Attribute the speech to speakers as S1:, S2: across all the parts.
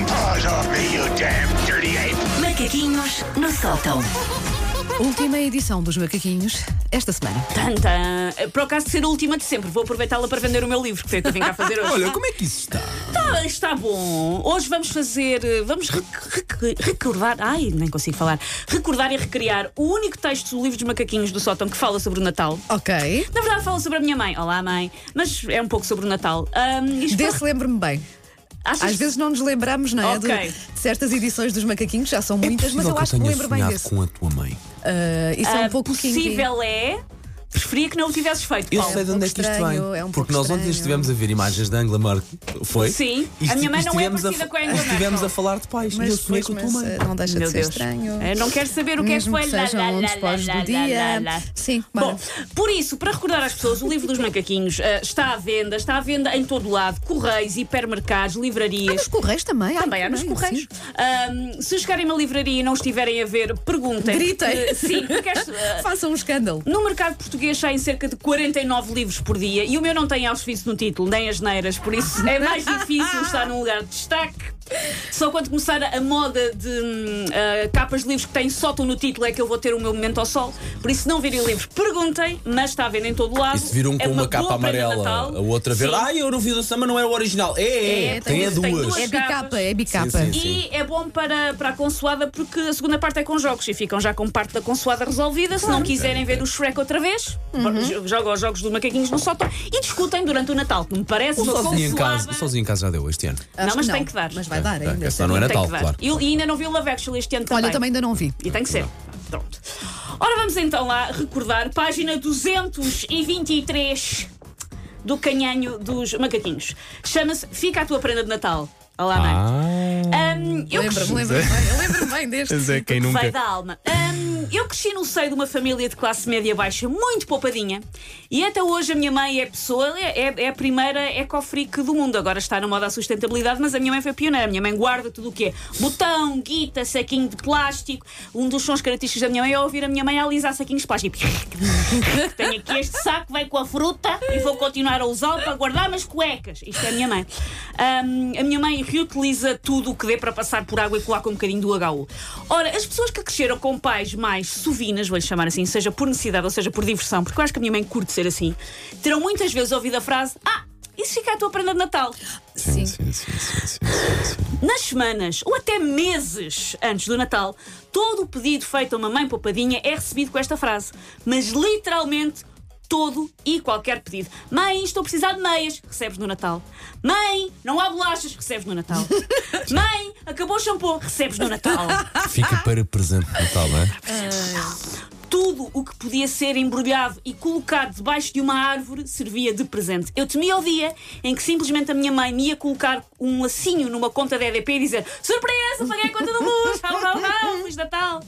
S1: me, you damn dirty ape!
S2: Macaquinhos no sótão.
S3: Última edição dos Macaquinhos, esta semana.
S4: Tantã. Por acaso de ser a última de sempre, vou aproveitá-la para vender o meu livro que tenho que vim cá fazer hoje.
S5: Olha, como é que isso está?
S4: Está, está bom. Hoje vamos fazer. eh, Vamos rec- rec- recordar. Ai, nem consigo falar. Recordar e recriar o único texto do livro dos macaquinhos do sótão que fala sobre o Natal.
S3: Ok.
S4: Na verdade, fala sobre a minha mãe. Olá, mãe. Mas é um pouco sobre o Natal. Ahm, isto-
S3: Desse lembro-me bem.
S4: achas
S3: Às
S4: que-
S3: vezes não nos lembramos, não é?
S4: Ok.
S3: do- de certas edições dos Macaquinhos, já são
S5: é
S3: muitas, mas
S5: possível
S3: eu
S5: que eu
S3: acho que me
S5: tenha
S3: lembro bem
S5: sonhado
S3: desse.
S5: com a tua mãe.
S3: Ah, isso é
S4: ah,
S3: um pouco kinky.
S4: possível é. Preferia que não o tivesses feito.
S5: Eu
S4: Paulo.
S5: sei de
S3: pouco
S5: onde é que isto
S3: estranho,
S5: vem.
S3: é um pouco
S5: porque nós ontem
S3: estranho.
S5: estivemos a ver imagens da Angela Merkel. Foi?
S4: Sim, a minha mãe não é
S5: estivemos
S4: parecida
S5: a,
S4: com a Angela Merkel.
S5: Estivemos a falar de pais. e eu
S3: Mas,
S5: sonhei
S3: pois,
S5: com a tua
S3: mas
S5: mãe.
S3: ah, não deixa
S4: Meu
S3: de ser
S4: Deus.
S3: estranho.
S4: Eu não quero saber o que
S3: Mesmo
S4: é
S3: que
S4: que foi. Lá,
S3: sejam
S4: lá,
S3: outros
S4: lá,
S3: pós do
S4: lá, lá,
S3: dia.
S4: lá, lá.
S3: Sim,
S4: Bom, ah,
S3: bora.
S4: por isso, para recordar às pessoas, o livro dos macaquinhos ah, está à venda, está à venda em todo lado, correios, hipermercados, livrarias.
S3: Ah, Nos correios também. ai,
S4: Também há nos
S3: tá bem,
S4: correios.
S3: sim.
S4: Ahm, se chegarem a uma livraria e não estiverem a ver, perguntem.
S3: Gritem.
S4: porque- sim, porque esta- ah,
S3: Façam um escândalo.
S4: no mercado português saem cerca de 49 livros por dia e o meu não tem Auschwitz no título, nem as neiras, por isso é mais difícil estar num lugar de destaque. Só quando começar a moda de hum, ah, capas de livros que têm sótão no título é que eu vou ter o meu momento ao sol. Por isso, se não virem o livro, perguntem, mas está a venda em todo lado.
S5: E se viram
S4: É
S5: um com uma, capa
S4: boa prenda de
S5: amarela,
S4: Natal.
S5: a outra verde.
S4: Sim.
S5: Ai, eu não vi do Sama, não era o original. É, é,
S4: É,
S5: tem,
S4: tem
S5: a
S4: duas- tem
S5: duas.
S4: duas.
S3: É
S4: As
S3: bicapa,
S4: capas.
S3: é bicapa.
S5: Sim, sim.
S4: E é bom para, para a consoada porque a segunda parte é com jogos e ficam já com parte da consoada resolvida. Se não quiserem ver o Shrek outra vez, jo- jogam aos jogos dos macaquinhos no sótão e discutem durante o Natal, que me parece
S5: O
S4: uma
S5: sozinho em, casa,
S4: consoada.
S5: o sozinho em casa já deu este ano.
S3: Acho
S4: mas tem que dar.
S3: Mas vai dar
S5: Tem,
S3: ainda.
S5: tem,
S3: sim.
S5: senão não
S4: Tem
S5: é Natal,
S4: que dar.
S5: claro.
S4: E, e ainda não vi o Love Actually este ano também.
S3: Olha, também ainda não vi.
S4: E tem que ser. Pronto. Ora, vamos então lá recordar página 223 do Canhanho dos Macaquinhos. Chama-se Fica a tua prenda de Natal. Olá, mãe. Ahm, eu
S3: Lembro-me,
S4: cresci-
S3: lembro-me bem. Eu lembro-me bem deste.
S5: é quem
S4: Vai da alma. Hum, eu cresci no seio de uma família de classe média baixa muito poupadinha e até hoje a minha mãe é a pessoa, é, é- é a primeira ecofreak do mundo. Agora está na moda a sustentabilidade, mas a minha mãe foi pioneira. A minha mãe guarda tudo o que é botão, guita, saquinho de plástico. Um dos sons característicos da minha mãe é ouvir a minha mãe a alisar saquinhos de plástico. Tenho aqui este saco, vem com a fruta e vou continuar a usá-lo para guardar umas cuecas. Isto é a minha mãe. Ahm, a minha mãe reutiliza tudo o que dê para passar por água e coloca um bocadinho do HU. Ora, as pessoas que cresceram com pais mais sovinas, vou-lhe chamar assim, seja por necessidade ou seja por diversão, porque eu acho que a minha mãe curte ser assim, terão muitas vezes ouvido a frase: Ah, isso fica a tua prenda de Natal
S3: Sim.
S5: sim, sim, sim, sim, sim, sim.
S4: nas semanas ou até meses antes do Natal, todo o pedido feito a uma mãe poupadinha é recebido com esta frase. Mas literalmente todo e qualquer pedido. Mãe, estou a precisar de meias, recebes no Natal. Mãe, não há bolachas, recebes no Natal. Mãe, acabou o shampoo, recebes no Natal.
S5: Fica para presente de Natal, não é?
S4: Tudo o que podia ser embrulhado e colocado debaixo de uma árvore servia de presente. Eu temia o dia em que simplesmente a minha mãe me ia colocar um lacinho numa conta da EDP e dizer: Surpresa, paguei a conta da luz, au, au, au, Feliz Natal.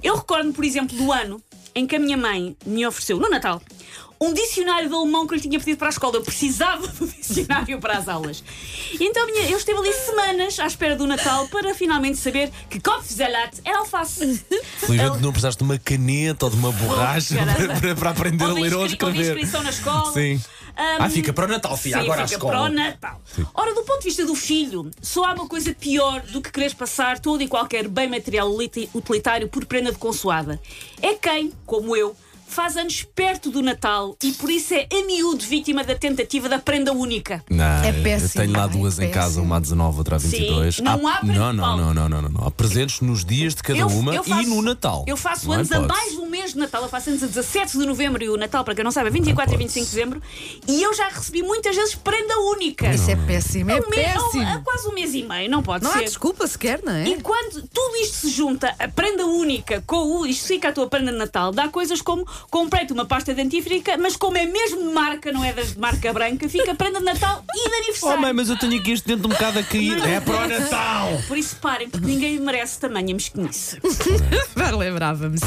S4: Eu recordo-me, por exemplo, do ano em que a minha mãe me ofereceu, no Natal, um dicionário de alemão que eu lhe tinha pedido para a escola. Eu precisava do dicionário para as aulas. E então minha- eu esteve ali semanas à espera do Natal para finalmente saber que Kopfsalat era alface.
S5: Felizmente não precisaste de uma caneta ou de uma borracha
S4: caramba.
S5: para, para- para aprender a
S4: Ou de
S5: ler ou a
S4: inscri- ou de
S5: escrever.
S4: inscrição na escola.
S5: Sim.
S4: Ahm,
S5: ah, fica para o Natal, filha,
S4: Sim,
S5: agora à
S4: fica
S5: escola.
S4: para o Natal. Ora, do ponto de vista do filho, só há uma coisa pior do que quereres passar todo e qualquer bem material lit- utilitário por prenda de consoada. É quem, como eu, faz anos perto do Natal e por isso é a miúdo vítima da tentativa da prenda única.
S5: Não,
S3: É
S5: eu
S3: péssimo,
S5: tenho lá
S3: é
S5: duas em
S3: péssimo.
S5: casa, uma a 19, outra a 22.
S4: Sim, não há
S5: Ah, não, não,
S4: principal.
S5: não, não, não, não, não. Há presentes nos dias de cada
S4: Eu-
S5: uma
S4: eu faço-
S5: e no Natal.
S4: Eu faço
S5: Não é? há
S4: anos a
S5: hipótese.
S4: mais de um mês de Natal. Eu faço anos a 17 de novembro e o Natal, para quem não sabe, é 24 e
S5: hipótese.
S4: 25 de dezembro. E eu já recebi muitas vezes prenda única.
S3: Isso é péssimo, é
S4: um mês, há
S3: péssimo.
S4: quase um mês e meio, não pode
S3: Não há
S4: ser.
S3: desculpa sequer, não é?
S4: E quando tudo isto se junta, a prenda única com o isto fica a tua prenda de Natal, dá coisas como comprei-te uma pasta dentífrica, mas como é mesmo de marca, não é das de marca branca, fica prenda de Natal e de
S5: Oh,
S4: aniversário.
S5: mãe, mas eu tenho aqui este dente um bocado a cair. é para o Natal!
S4: Por isso parem, porque ninguém merece tamanha mesquinice.
S3: Agora lembrava-me, sim.